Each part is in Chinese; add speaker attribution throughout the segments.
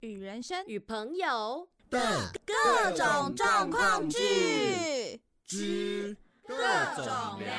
Speaker 1: 与人生
Speaker 2: 与朋友
Speaker 3: 的
Speaker 1: 各
Speaker 3: 种状况
Speaker 1: 剧
Speaker 3: 剧，之各种聊。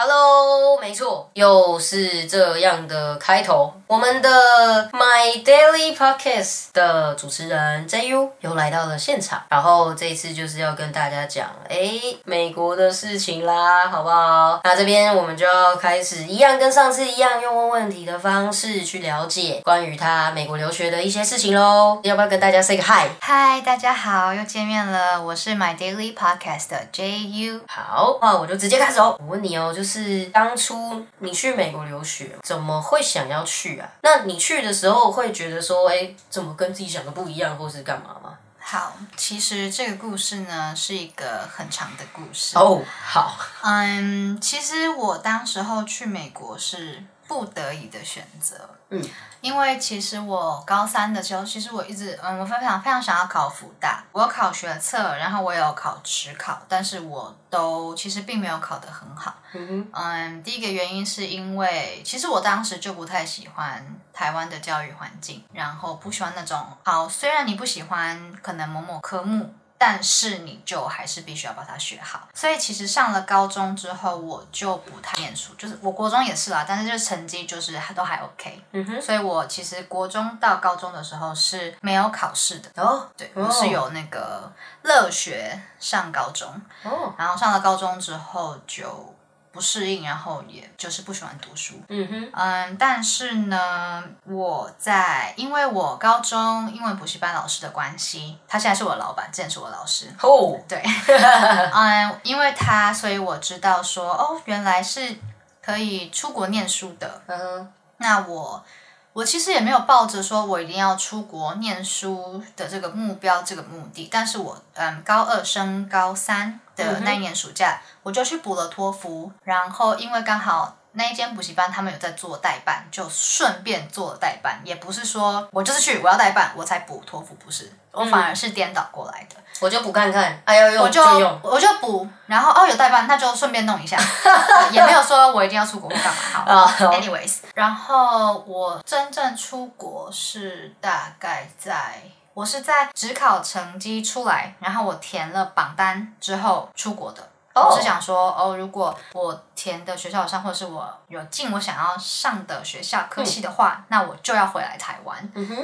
Speaker 4: Hello，没错，又是这样的开头。我们的 My Daily Podcast 的主持人 JU 又来到了现场，然后这一次就是要跟大家讲，诶，美国的事情啦，好不好？那这边我们就要开始，一样跟上次一样，用问问题的方式去了解关于他美国留学的一些事情喽。要不要跟大家 say 个 hi？
Speaker 5: 嗨，大家好，又见面了，我是 My Daily Podcast 的 JU。
Speaker 4: 好，那我就直接开始哦。我问你哦，就是当初你去美国留学，怎么会想要去啊？那你去的时候会觉得说，哎，怎么跟自己想的不一样，或是干嘛吗？
Speaker 5: 好，其实这个故事呢是一个很长的故事。
Speaker 4: 哦，好，
Speaker 5: 嗯，其实我当时候去美国是不得已的选择。
Speaker 4: 嗯，
Speaker 5: 因为其实我高三的时候，其实我一直嗯，我非常非常想要考福大，我有考学测，然后我有考职考，但是我都其实并没有考得很好。
Speaker 4: 嗯
Speaker 5: 嗯，第一个原因是因为其实我当时就不太喜欢台湾的教育环境，然后不喜欢那种好，虽然你不喜欢可能某某科目。但是你就还是必须要把它学好，所以其实上了高中之后，我就不太念书，就是我国中也是啦，但是就是成绩就是都还 OK，
Speaker 4: 嗯哼，
Speaker 5: 所以我其实国中到高中的时候是没有考试的，
Speaker 4: 哦
Speaker 5: 对，
Speaker 4: 哦
Speaker 5: 我是有那个乐学上高中，
Speaker 4: 哦，
Speaker 5: 然后上了高中之后就不适应，然后也就是不喜欢读书。
Speaker 4: 嗯哼，
Speaker 5: 嗯，但是呢，我在因为我高中英文补习班老师的关系，他现在是我老板，之前是我老师。
Speaker 4: 哦，
Speaker 5: 对，嗯，因为他，所以我知道说，哦，原来是可以出国念书的。
Speaker 4: 嗯哼，
Speaker 5: 那我我其实也没有抱着说我一定要出国念书的这个目标、这个目的，但是我嗯，高二升高三的那一年暑假，我就去补了托福，然后因为刚好。那一间补习班他们有在做代办，就顺便做了代办，也不是说我就是去我要代办我才补托福，不是，我反而是颠倒过来的。
Speaker 4: 我就不看看，哎要
Speaker 5: 我
Speaker 4: 用
Speaker 5: 就
Speaker 4: 用，
Speaker 5: 我就补，然后哦有代办，那就顺便弄 一下，呃也没有说我一定要出国或干嘛。好
Speaker 4: 啊好
Speaker 5: ，anyways，然后我真正出国是大概在。我是在只考成绩出来，然后我填了榜单之后出国的。
Speaker 4: 哦
Speaker 5: 我是想说，哦，如果我填的学校有上，或者是我有进我想要上的学校科系的话，那我就要回来台湾。
Speaker 4: 嗯哼，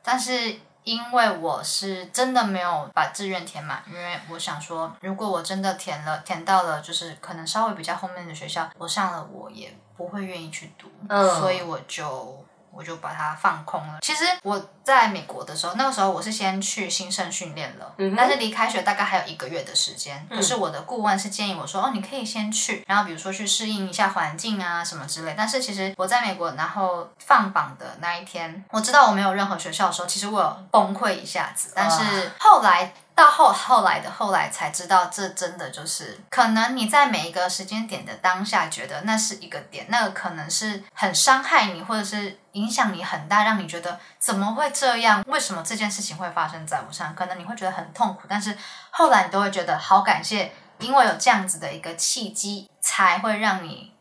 Speaker 5: 但是因为我是真的没有把志愿填满，因为我想说，如果我真的填了，填到了就是可能稍微比较后面的学校，我上了我也不会愿意去读，
Speaker 4: 嗯
Speaker 5: 所以我就。我就把它放空了。其实我在美国的时候，那个时候我是先去新生训练了，
Speaker 4: 嗯哼
Speaker 5: 但是离开学大概还有一个月的时间。
Speaker 4: 嗯
Speaker 5: 可是我的顾问是建议我说，哦，你可以先去，然后比如说去适应一下环境啊什么之类。但是其实我在美国，然后放榜的那一天，我知道我没有任何学校的时候，其实我有崩溃一下子。但是后来。到后后来的后来才知道，这真的就是可能你在每一个时间点的当下，觉得那是一个点，那个可能是很伤害你，或者是影响你很大，让你觉得怎么会这样？为什么这件事情会发生在我身上？可能你会觉得很痛苦，但是后来你都会觉得好感谢，因为有这样子的一个契机，才会让你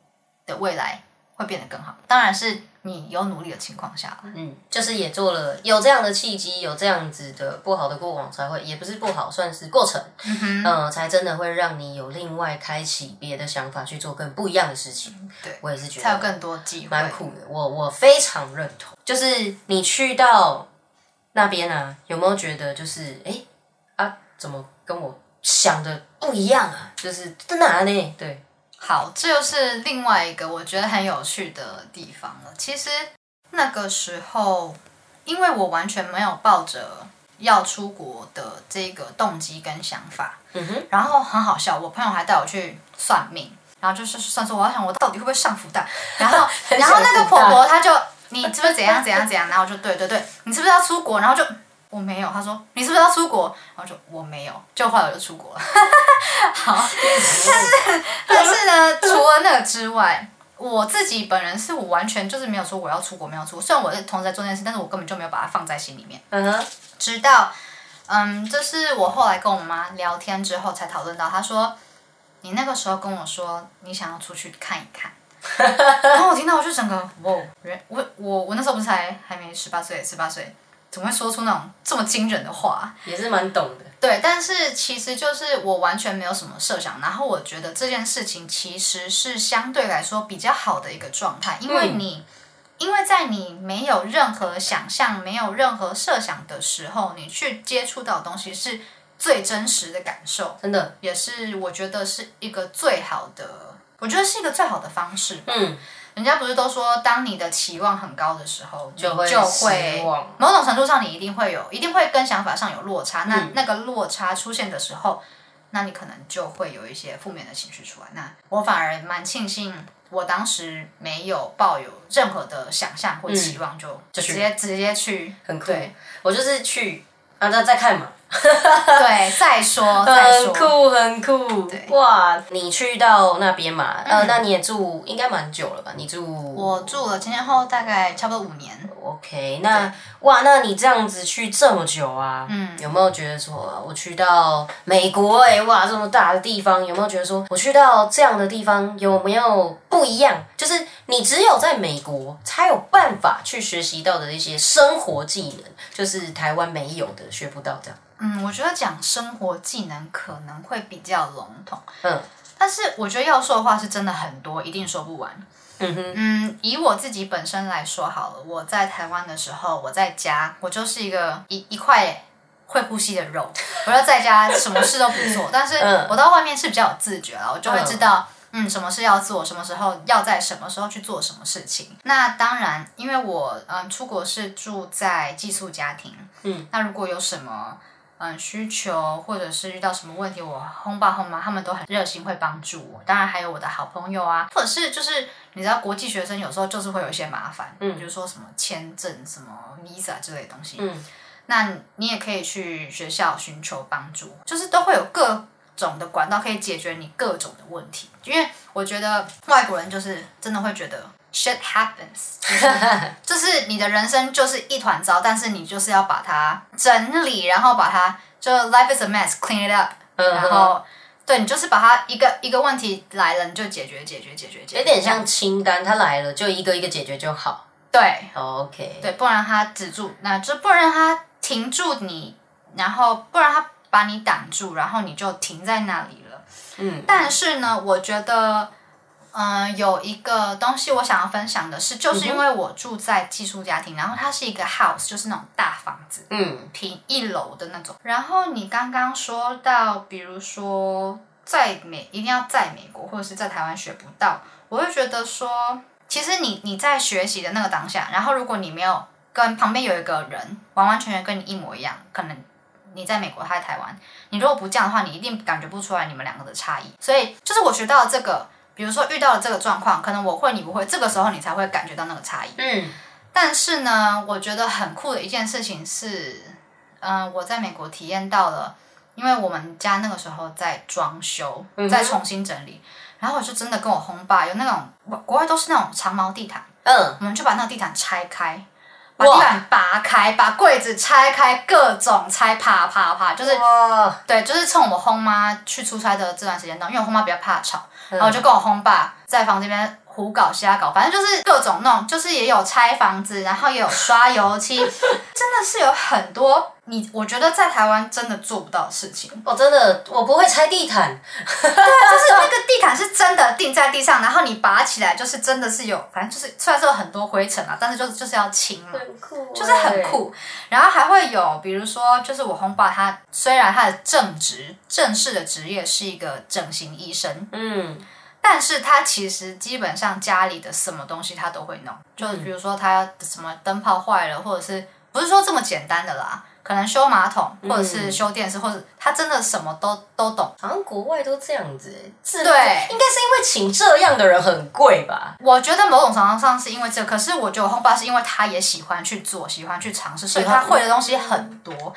Speaker 5: 的未来会变得更好。当然是你有努力的情况下啦，
Speaker 4: 嗯，就是也做了，有这样的契机，有这样子的不好的过往，才会也不是不好，算是过程，
Speaker 5: 嗯哼，
Speaker 4: 嗯，才真的会让你有另外开启别的想法，去做更不一样的事情。
Speaker 5: 嗯对，
Speaker 4: 我也是觉得
Speaker 5: 才有更多机会。
Speaker 4: 蛮酷的，我我非常认同。就是你去到那边啊，有没有觉得就是哎、诶啊，怎么跟我想的不一样啊？就是在哪呢？对，
Speaker 5: 好，这又是另外一个我觉得很有趣的地方了。其实那个时候，因为我完全没有抱着要出国的这个动机跟想法，
Speaker 4: 嗯哼，
Speaker 5: 然后很好笑，我朋友还带我去算命，然后就是算说我要想我到底会不会上福大，然后
Speaker 4: 想
Speaker 5: 然后那个
Speaker 4: 福大
Speaker 5: 婆婆她就你是不是怎样怎样怎样，然后我就对对对，你是不是要出国，然后就。我没有，她说你是不是要出国？然后就我没有，就后来我就出国了。 好，但是呢，除了那个之外，我自己本人是我完全就是没有说我要出国，没有出国。虽然我是同时在做这件事，但是我根本就没有把它放在心里面。
Speaker 4: 嗯哼，
Speaker 5: 直到，嗯，这是我后来跟我妈聊天之后才讨论到，她说，你那个时候跟我说你想要出去看一看，然后我听到我就整个，哇，原我我我那时候不是才还没十八岁，十八岁，怎么会说出那种这么惊人的话？
Speaker 4: 也是蛮懂的。
Speaker 5: 对，但是其实就是我完全没有什么设想，然后我觉得这件事情其实是相对来说比较好的一个状态，因为你、因为在你没有任何想象、没有任何设想的时候，你去接触到的东西是最真实的感受，
Speaker 4: 真的，
Speaker 5: 也是我觉得是一个最好的，我觉得是一个最好的方式吧。
Speaker 4: 嗯，
Speaker 5: 人家不是都说，当你的期望很高的时候，
Speaker 4: 就
Speaker 5: 你
Speaker 4: 会
Speaker 5: 就
Speaker 4: 失
Speaker 5: 会
Speaker 4: 望
Speaker 5: 某种程度上，你一定会有，一定会跟想法上有落差。那、
Speaker 4: 嗯
Speaker 5: 那个落差出现的时候，那你可能就会有一些负面的情绪出来。那我反而蛮庆幸，我当时没有抱有任何的想象或期望，就就
Speaker 4: 嗯去
Speaker 5: 直接直 接去，
Speaker 4: 很酷
Speaker 5: 对。
Speaker 4: 我就是去啊，再再看嘛，
Speaker 5: 对，再说再
Speaker 4: 很
Speaker 5: 说，
Speaker 4: 酷很酷
Speaker 5: 对。
Speaker 4: 哇，你去到那边嘛？呃，
Speaker 5: 嗯
Speaker 4: 那你也住应该蛮久了吧？你住
Speaker 5: 我住了前前后后大概差不多五年。
Speaker 4: OK，那哇，那你这样子去这么久啊，
Speaker 5: 嗯
Speaker 4: 有没有觉得说，啊我去到美国哎、哇，这么大的地方，有没有觉得说，我去到这样的地方有没有不一样？就是你只有在美国才有办法去学习到的一些生活技能，就是台湾没有的，学不到这样。
Speaker 5: 嗯，我觉得讲生活技能可能会比较笼统。
Speaker 4: 嗯
Speaker 5: 但是我觉得要说的话是真的很多，一定说不完。
Speaker 4: 嗯哼，
Speaker 5: 嗯，以我自己本身来说好了，我在台湾的时候，我在家，我就是一个一一块会呼吸的肉，我要在家什么事都不做，但是
Speaker 4: 嗯
Speaker 5: 我到外面是比较有自觉了，我就会
Speaker 4: 嗯
Speaker 5: 知道。嗯，什么事要做，什么时候要在什么时候去做什么事情。那当然，因为我嗯出国是住在寄宿家庭，
Speaker 4: 嗯，
Speaker 5: 那如果有什么嗯需求，或者是遇到什么问题，我轰爸轰妈他们都很热心，会帮助我。当然还有我的好朋友啊，或者是就是你知道国际学生有时候就是会有一些麻烦，
Speaker 4: 嗯
Speaker 5: 比如说什么签证、什么 visa 之类的东西，
Speaker 4: 嗯
Speaker 5: 那你也可以去学校寻求帮助，就是都会有各种的管道可以解决你各种的问题。因为我觉得外国人就是真的会觉得 shit happens，就是 就是你的人生就是一团糟，但是你就是要把它整理，然后把它就 life is a mess，clean it up，
Speaker 4: 嗯
Speaker 5: 然后。对你就是把它一个一个问题来了，你就解决解决解决解决，
Speaker 4: 有点像清单，它来了就一个一个解决就好。
Speaker 5: 对，
Speaker 4: OK，
Speaker 5: 对，不然他止住，那就不然他停住你，然后不然他把你挡住，然后你就停在那里了。
Speaker 4: 嗯
Speaker 5: 但是呢，我觉得，嗯、有一个东西我想要分享的是，就是因为我住在寄宿家庭，然后它是一个 house，就是那种大房子，
Speaker 4: 嗯
Speaker 5: 平一楼的那种。然后你刚刚说到，比如说在美一定要在美国或者是在台湾学不到，我会觉得说，其实你你在学习的那个当下，然后如果你没有跟旁边有一个人完完全全跟你一模一样，可能。你在美国，他在台湾。你如果不这样的话，你一定感觉不出来你们两个的差异。所以，就是我学到了这个，比如说遇到了这个状况，可能我会，你不会，这个时候你才会感觉到那个差异。
Speaker 4: 嗯
Speaker 5: 但是呢，我觉得很酷的一件事情是，嗯、我在美国体验到了，因为我们家那个时候在装修
Speaker 4: 嗯，哼
Speaker 5: 在重新整理，然后我就真的跟我轰爸有那种国国外都是那种长毛地毯，
Speaker 4: 嗯，
Speaker 5: 我们就把那个地毯拆开。把
Speaker 4: 哇
Speaker 5: 地板拔开，把柜子拆开，各种拆，啪啪啪，就是
Speaker 4: 哇，
Speaker 5: 对，就是趁我轰妈去出差的这段时间当中，因为我轰妈比较怕吵，
Speaker 4: 嗯
Speaker 5: 然后我就跟我轰爸在房间里面胡搞瞎搞，反正就是各种弄，就是也有拆房子，然后也有刷油漆， 真的是有很多你我觉得在台湾真的做不到的事情。
Speaker 4: 我真的我不会拆地毯。
Speaker 5: 就是那个地毯是真的定在地上，然后你拔起来就是真的是有，反正就是虽然说有很多灰尘啊，但是就是就是要清嘛。
Speaker 4: 很酷，
Speaker 5: 就是很。酷。然后还会有，比如说，就是我红爸他虽然他的正职正式的职业是一个整形医生，
Speaker 4: 嗯
Speaker 5: 但是他其实基本上家里的什么东西他都会弄，就是比如说他什么灯泡坏了，或者是不是说这么简单的啦。可能修马桶，或者是
Speaker 4: 嗯
Speaker 5: 修电视，或者他真的什么都都懂。
Speaker 4: 好像国外都这样子欸，自
Speaker 5: 对啊
Speaker 4: 应该是因为请这样的人很贵吧？
Speaker 5: 我觉得某种程度上是因为这个，可是我觉得我轰爸是因为他也喜欢去做，喜欢去尝试，所以
Speaker 4: 喜欢
Speaker 5: 他会的东西很多。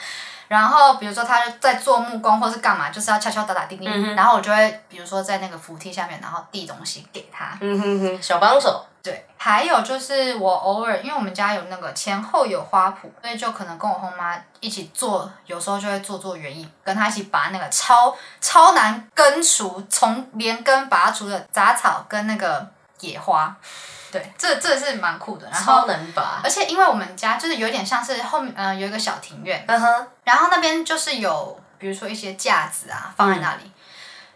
Speaker 5: 然后比如说他就在做木工或是干嘛，就是要敲敲打打钉钉，
Speaker 4: 嗯哼
Speaker 5: 然后我就会比如说在那个扶梯下面，然后递东西给他。
Speaker 4: 嗯哼哼，小帮手，
Speaker 5: 对，还有就是我偶尔因为我们家有那个前后有花圃，所以就可能跟我后妈一起做，有时候就会做做园艺，跟她一起拔那个超超难根除，从连根拔除的杂草跟那个野花。对，这这是蛮酷的。然
Speaker 4: 超
Speaker 5: 后，
Speaker 4: 能拔
Speaker 5: 而。且因为我们家就是有点像是后面，呃，有一个小庭院，
Speaker 4: 嗯哼，
Speaker 5: 然后那边就是有，比如说一些架子啊，放在那里，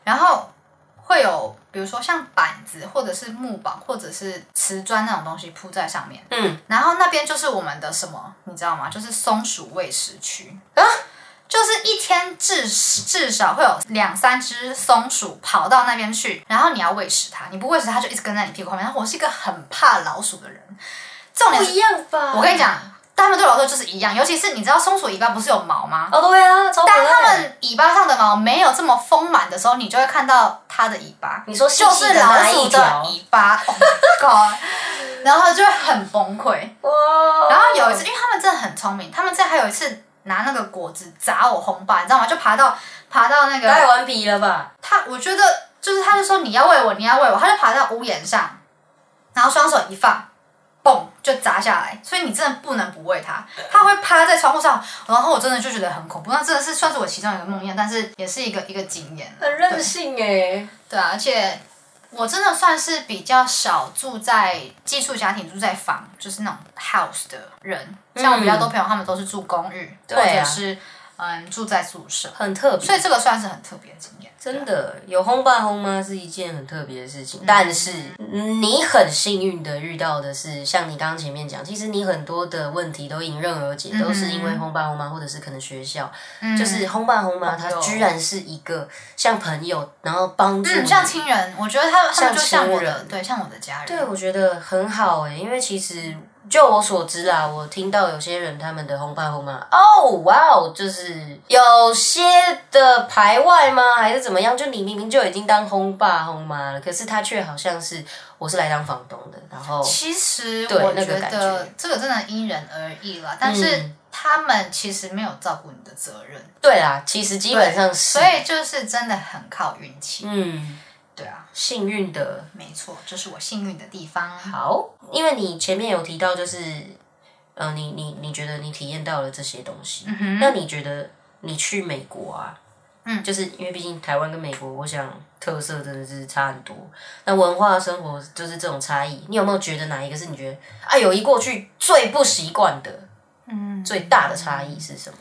Speaker 5: 然后会有，比如说像板子或者是木板或者是瓷砖那种东西铺在上面。
Speaker 4: 嗯，
Speaker 5: 然后那边就是我们的什么，你知道吗？就是松鼠喂食区啊，就是一天至至少会有两三只松鼠跑到那边去，然后你要喂食它，你不喂食它就一直跟在你屁股后面。然后我是一个很怕老鼠的人，重点
Speaker 4: 不
Speaker 5: 是
Speaker 4: 一样吧？
Speaker 5: 我跟你，讲，它们对我来说就是一样，尤其是你知道松鼠尾巴不是有毛吗？
Speaker 4: 哦对啊，超可
Speaker 5: 当它
Speaker 4: 爱。
Speaker 5: 们尾巴上的毛没有这么丰满的时候，你就会看到它的尾巴。
Speaker 4: 你说细
Speaker 5: 就
Speaker 4: 细
Speaker 5: 是
Speaker 4: 的
Speaker 5: 老
Speaker 4: 那
Speaker 5: 鼠
Speaker 4: 一
Speaker 5: 的
Speaker 4: 条，哦
Speaker 5: 尾 巴，Oh my god！然后就会很崩溃。
Speaker 4: 哇
Speaker 5: 然后有一
Speaker 4: 哦
Speaker 5: 次，因为他们真的很聪明，他们这还有一次拿那个果子砸我红爸，你知道吗？就爬到爬到那
Speaker 4: 太
Speaker 5: 个
Speaker 4: 顽皮了吧？
Speaker 5: 他，我觉得就是他就说你要喂我，你要喂我，他就爬到屋檐上，然后双手一放，嘣就砸下来。所以你真的不能不喂它，它会趴在窗户上，然后我真的就觉得很恐怖。那真的是算是我其中一个梦魇，但是也是一个一个经验。
Speaker 4: 很任性哎，
Speaker 5: 对啊，而且我真的算是比较少住在寄宿家庭、住在房，就是那种 house 的人。像我比较多朋友，他们都是住公寓，
Speaker 4: 嗯对
Speaker 5: 或
Speaker 4: 啊
Speaker 5: 者是嗯住在宿舍，
Speaker 4: 很特别。
Speaker 5: 所以这个算是很特别的经验。
Speaker 4: 真的有轰爸轰妈是一件很特别的事
Speaker 5: 嗯
Speaker 4: 情，但是你很幸运的遇到的是，像你刚刚前面讲，其实你很多的问题都迎刃而解，
Speaker 5: 嗯
Speaker 4: 都是因为轰爸轰妈，或者是可能学校，
Speaker 5: 嗯
Speaker 4: 就是轰爸轰妈，
Speaker 5: 朋
Speaker 4: 他
Speaker 5: 友
Speaker 4: 居然是一个像朋友，然后帮助
Speaker 5: 嗯，
Speaker 4: 你。
Speaker 5: 像亲人，我觉得他们他们就像我
Speaker 4: 像亲
Speaker 5: 的，
Speaker 4: 人
Speaker 5: 对，像我的家人。
Speaker 4: 对，我觉得很好诶、因为其实就我所知啦，我听到有些人他们的轰爸轰妈，哦哇哦，就是有些的排外吗，还是怎么样？就你明明就已经当轰爸轰妈了，可是他却好像是我是来当房东的，然后
Speaker 5: 其实
Speaker 4: 对
Speaker 5: 我
Speaker 4: 那
Speaker 5: 觉
Speaker 4: 个感
Speaker 5: 得
Speaker 4: 觉
Speaker 5: 这个真的因人而异啦，但是
Speaker 4: 嗯
Speaker 5: 他们其实没有照顾你的责任，
Speaker 4: 对啦，其实基本上是
Speaker 5: 所以就是真的很靠运气。
Speaker 4: 嗯
Speaker 5: 对啊，
Speaker 4: 幸运的
Speaker 5: 没错，这是我幸运的地方。
Speaker 4: 好，因为你前面有提到就是，呃，你你你觉得你体验到了这些东西，
Speaker 5: 嗯哼
Speaker 4: 那你觉得你去美国啊，
Speaker 5: 嗯
Speaker 4: 就是因为毕竟台湾跟美国，我想特色真的是差很多，那文化生活就是这种差异，你有没有觉得哪一个是你觉得啊友谊过去最不习惯的、
Speaker 5: 嗯，
Speaker 4: 最大的差异是什么？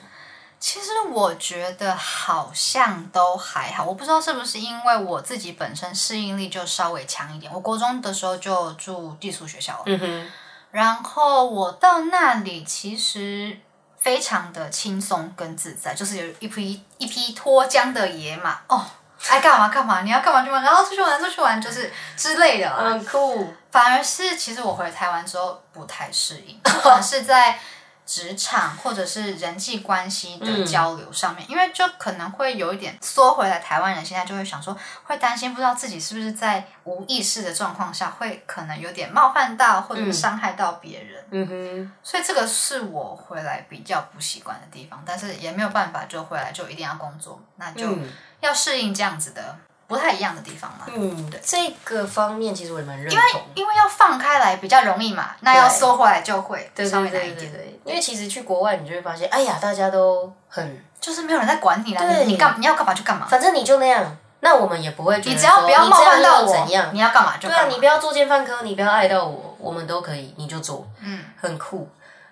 Speaker 5: 其实我觉得好像都还好，我不知道是不是因为我自己本身适应力就稍微强一点。我国中的时候就住寄宿学校了，
Speaker 4: 嗯哼，
Speaker 5: 然后我到那里其实非常的轻松跟自在，就是有一匹一匹脱缰的野马哦。爱干嘛干嘛，你要干嘛就干嘛，然后出去玩出去玩就是之类的啦。
Speaker 4: 很酷，
Speaker 5: 反而是其实我回台湾之后不太适应，不管是在职场或者是人际关系的交流上面，因为就可能会有一点缩回来。台湾人现在就会想说，会担心不知道自己是不是在无意识的状况下，会可能有点冒犯到或者
Speaker 4: 嗯
Speaker 5: 伤害到别人，
Speaker 4: 嗯哼，
Speaker 5: 所以这个是我回来比较不习惯的地方。但是也没有办法，就回来就一定要工作，那就
Speaker 4: 嗯
Speaker 5: 要适应这样子的不太一样的地方嘛。
Speaker 4: 嗯
Speaker 5: 对，
Speaker 4: 这个方面其实我也蛮认同的。
Speaker 5: 因为要放开来比较容易嘛，那要缩回来就会
Speaker 4: 对
Speaker 5: 稍微
Speaker 4: 对
Speaker 5: 难一
Speaker 4: 对
Speaker 5: 点，
Speaker 4: 对对，因为其实去国外，你就会发现，哎呀，大家都很，
Speaker 5: 就是没有人在管你啦，
Speaker 4: 对
Speaker 5: 你你干你要干嘛就干嘛，
Speaker 4: 反正你就那样，那我们也不会觉得
Speaker 5: 你只要
Speaker 4: 说
Speaker 5: 不要
Speaker 4: 你
Speaker 5: 冒
Speaker 4: 这样
Speaker 5: 犯到
Speaker 4: 又
Speaker 5: 我，
Speaker 4: 怎样
Speaker 5: 你？要干嘛就
Speaker 4: 对
Speaker 5: 干
Speaker 4: 啊，
Speaker 5: 嘛。
Speaker 4: 你不要作奸犯科，你不要爱到我，我们都可以，你就做，
Speaker 5: 嗯，
Speaker 4: 很酷，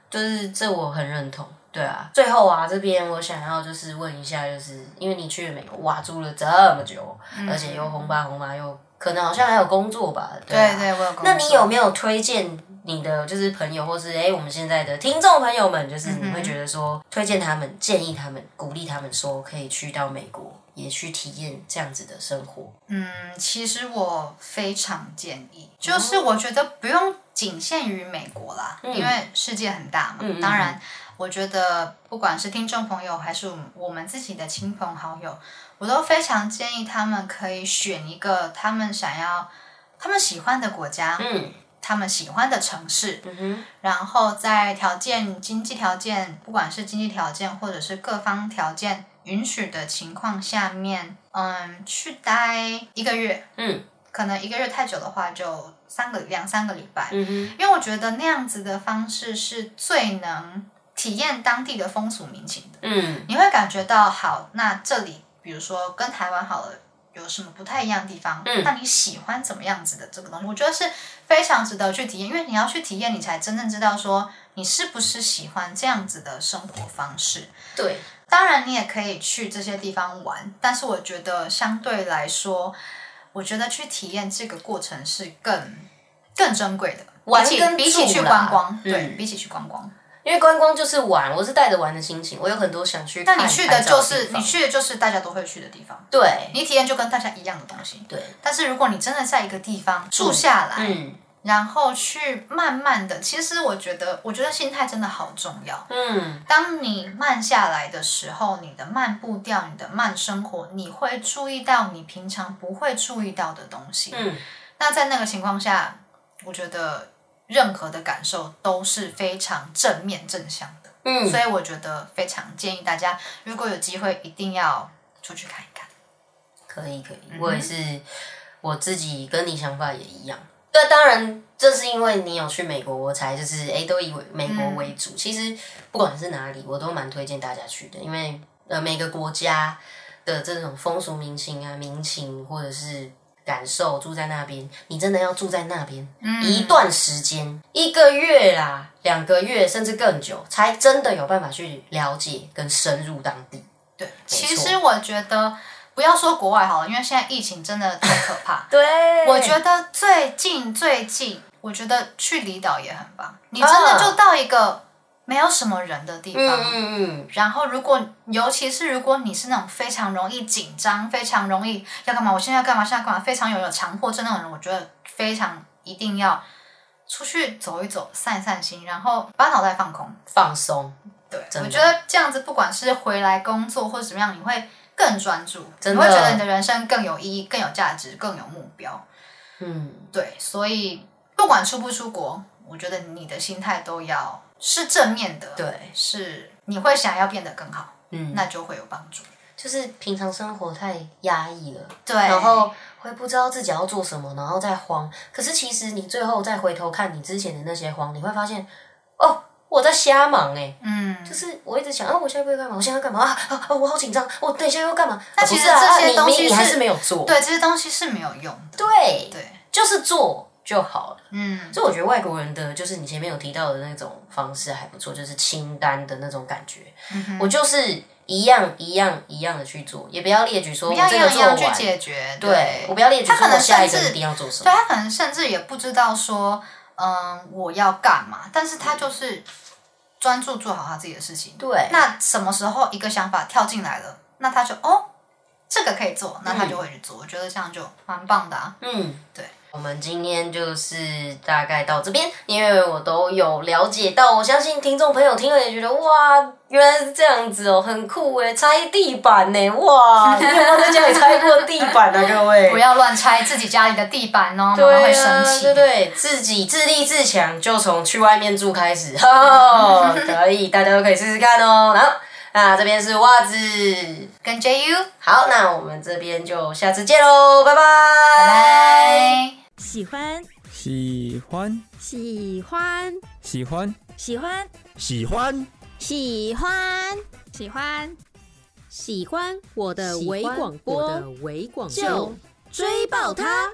Speaker 4: 就是这我很认同。对啊，最后啊，这边我想要就是问一下，就是因为你去了美国，哇，住了这么久，而且又红吧红吧，又可能好像还有工作吧，对啊
Speaker 5: 对对，我有工作。
Speaker 4: 那你有没有推荐你的就是朋友，或是哎、诶我们现在的听众朋友们，就是你
Speaker 5: 嗯哼
Speaker 4: 会觉得说、推荐他们、建议他们、鼓励他们说可以去到美国，也去体验这样子的生活？
Speaker 5: 嗯，其实我非常建议，
Speaker 4: 哦
Speaker 5: 就是我觉得不用仅限于美国啦，
Speaker 4: 嗯
Speaker 5: 因为世界很大嘛。
Speaker 4: 嗯嗯嗯
Speaker 5: 当然，我觉得不管是听众朋友还是我们我们自己的亲朋好友，我都非常建议他们可以选一个他们想要、他们喜欢的国家，
Speaker 4: 嗯
Speaker 5: 他们喜欢的城市，
Speaker 4: 嗯哼，
Speaker 5: 然后在条件、经济条件，不管是经济条件或者是各方条件允许的情况下面，嗯，去待一个月，
Speaker 4: 嗯
Speaker 5: 可能一个月太久的话，就三个两三个礼拜，
Speaker 4: 嗯哼，
Speaker 5: 因为我觉得那样子的方式是最能体验当地的风俗民情的。
Speaker 4: 嗯
Speaker 5: 你会感觉到，好，那这里比如说跟台湾好了，有什么不太一样的地方，
Speaker 4: 嗯
Speaker 5: 那你喜欢怎么样子的这个东西？我觉得是非常值得去体验，因为你要去体验，你才真正知道说你是不是喜欢这样子的生活方式。
Speaker 4: 对，
Speaker 5: 当然，你也可以去这些地方玩，但是我觉得相对来说，我觉得去体验这个过程是更更珍贵的，
Speaker 4: 玩
Speaker 5: 比起
Speaker 4: 跟
Speaker 5: 比起
Speaker 4: 住
Speaker 5: 去
Speaker 4: 啦
Speaker 5: 观光，
Speaker 4: 嗯
Speaker 5: 对，比起去观光，
Speaker 4: 因为观光就是玩，我是带着玩的心情，我有很多想去
Speaker 5: 那
Speaker 4: 看。
Speaker 5: 你去的
Speaker 4: 拍照
Speaker 5: 就是
Speaker 4: 地方
Speaker 5: 你去的就是大家都会去的地方，
Speaker 4: 对
Speaker 5: 你体验就跟大家一样的东西。
Speaker 4: 对，
Speaker 5: 但是如果你真的在一个地方住下来，
Speaker 4: 嗯
Speaker 5: 然后去慢慢的，其实我觉得，我觉得心态真的好重要。
Speaker 4: 嗯，
Speaker 5: 当你慢下来的时候，你的慢步调，你的慢生活，你会注意到你平常不会注意到的东西。
Speaker 4: 嗯，
Speaker 5: 那在那个情况下，我觉得任何的感受都是非常正面正向的。
Speaker 4: 嗯
Speaker 5: 所以我觉得非常建议大家，如果有机会，一定要出去看一看。
Speaker 4: 可以可以，
Speaker 5: 哼
Speaker 4: 我也是我自己跟你想法也一样。那当然，这是因为你有去美国，我才就是诶，都以为美国
Speaker 5: 嗯
Speaker 4: 为主。其实不管是哪里，我都蛮推荐大家去的，因为呃每个国家的这种风俗民情啊、民情或者是感受，住在那边，你真的要住在那边、
Speaker 5: 嗯
Speaker 4: 一段时间，一个月啦、两个月甚至更久，才真的有办法去了解跟深入当地。
Speaker 5: 对，
Speaker 4: 错。
Speaker 5: 其实我觉得不要说国外好了，因为现在疫情真的太可 怕
Speaker 4: 对
Speaker 5: 我觉得最近最近，我觉得去离岛也很棒。你真的就到一个没有什么人的地方，
Speaker 4: 嗯嗯嗯，
Speaker 5: 然后如果尤其是如果你是那种非常容易紧张、非常容易要干嘛，我现在要干嘛，现在要干嘛，非常有有强迫症那种人，我觉得非常一定要出去走一走、散散心，然后把脑袋放空。
Speaker 4: 放松。
Speaker 5: 对，
Speaker 4: 真的
Speaker 5: 我觉得这样子，不管是回来工作或者怎么样，你会更专注，
Speaker 4: 真
Speaker 5: 你
Speaker 4: 的
Speaker 5: 会觉得你的人生更有意义、更有价值、更有目标。
Speaker 4: 嗯，
Speaker 5: 对，所以不管出不出国，我觉得你的心态都要是正面的，，
Speaker 4: 对，
Speaker 5: 是你会想要变得更好，
Speaker 4: 嗯，
Speaker 5: 那就会有帮助。
Speaker 4: 就是平常生活太压抑了，
Speaker 5: 对，
Speaker 4: 然后会不知道自己要做什么，然后再慌。可是其实你最后再回头看你之前的那些慌，你会发现，哦，我在瞎忙哎、
Speaker 5: 嗯，
Speaker 4: 就是我一直想啊，我现在不会干嘛？我现在要干嘛啊啊啊！我好紧张，我等一下要干嘛？
Speaker 5: 那
Speaker 4: 啊
Speaker 5: 其实
Speaker 4: 不是啊
Speaker 5: 这
Speaker 4: 啊
Speaker 5: 些
Speaker 4: 你
Speaker 5: 东西
Speaker 4: 你
Speaker 5: 是
Speaker 4: 你还是没有做，
Speaker 5: 对这些东西是没有用的。
Speaker 4: 对，
Speaker 5: 对，
Speaker 4: 就是做就好了。
Speaker 5: 嗯，
Speaker 4: 所以我觉得外国人的就是你前面有提到的那种方式还不错，就是清单的那种感觉。
Speaker 5: 嗯
Speaker 4: 我就是一样一样一样的去做，也不要列举说
Speaker 5: 不
Speaker 4: 我
Speaker 5: 要
Speaker 4: 这个
Speaker 5: 样
Speaker 4: 做完
Speaker 5: 样去，解决。
Speaker 4: 对我不要列举
Speaker 5: 他可
Speaker 4: 说
Speaker 5: 能
Speaker 4: 我下一
Speaker 5: 甚
Speaker 4: 个
Speaker 5: 至
Speaker 4: 一定要做什
Speaker 5: 对
Speaker 4: 么。
Speaker 5: 他可能甚至也不知道说，嗯，我要干嘛，但是
Speaker 4: 嗯
Speaker 5: 他就是专注做好他自己的事情。
Speaker 4: 对，
Speaker 5: 那什么时候一个想法跳进来了，那他就哦，这个可以做，那他就会去做。我觉得这样就蛮棒的啊。
Speaker 4: 嗯，
Speaker 5: 对。
Speaker 4: 我们今天就是大概到这边，因为我都有了解到，我相信听众朋友听了也觉得哇，原来是这样子哦，很酷诶，拆地板呢，哇，你有没有在家里拆过地板啊，各位？
Speaker 5: 不要乱拆自己家里的地板哦，妈妈
Speaker 4: 对啊
Speaker 5: 会生气。
Speaker 4: 对对，自己自立自强，就从去外面住开始。 哦，可以，大家都可以试试看哦。然后，那这边是袜子。
Speaker 5: 跟 JU，
Speaker 4: 好，那我们这边就下次见喽，拜拜，拜
Speaker 5: 拜拜。
Speaker 3: 喜欢
Speaker 1: 喜欢
Speaker 3: 喜欢
Speaker 1: 喜欢
Speaker 3: 喜欢
Speaker 1: 喜欢。
Speaker 3: 喜欢喜欢呃喜欢我的微广播，我的微广播就追爆它。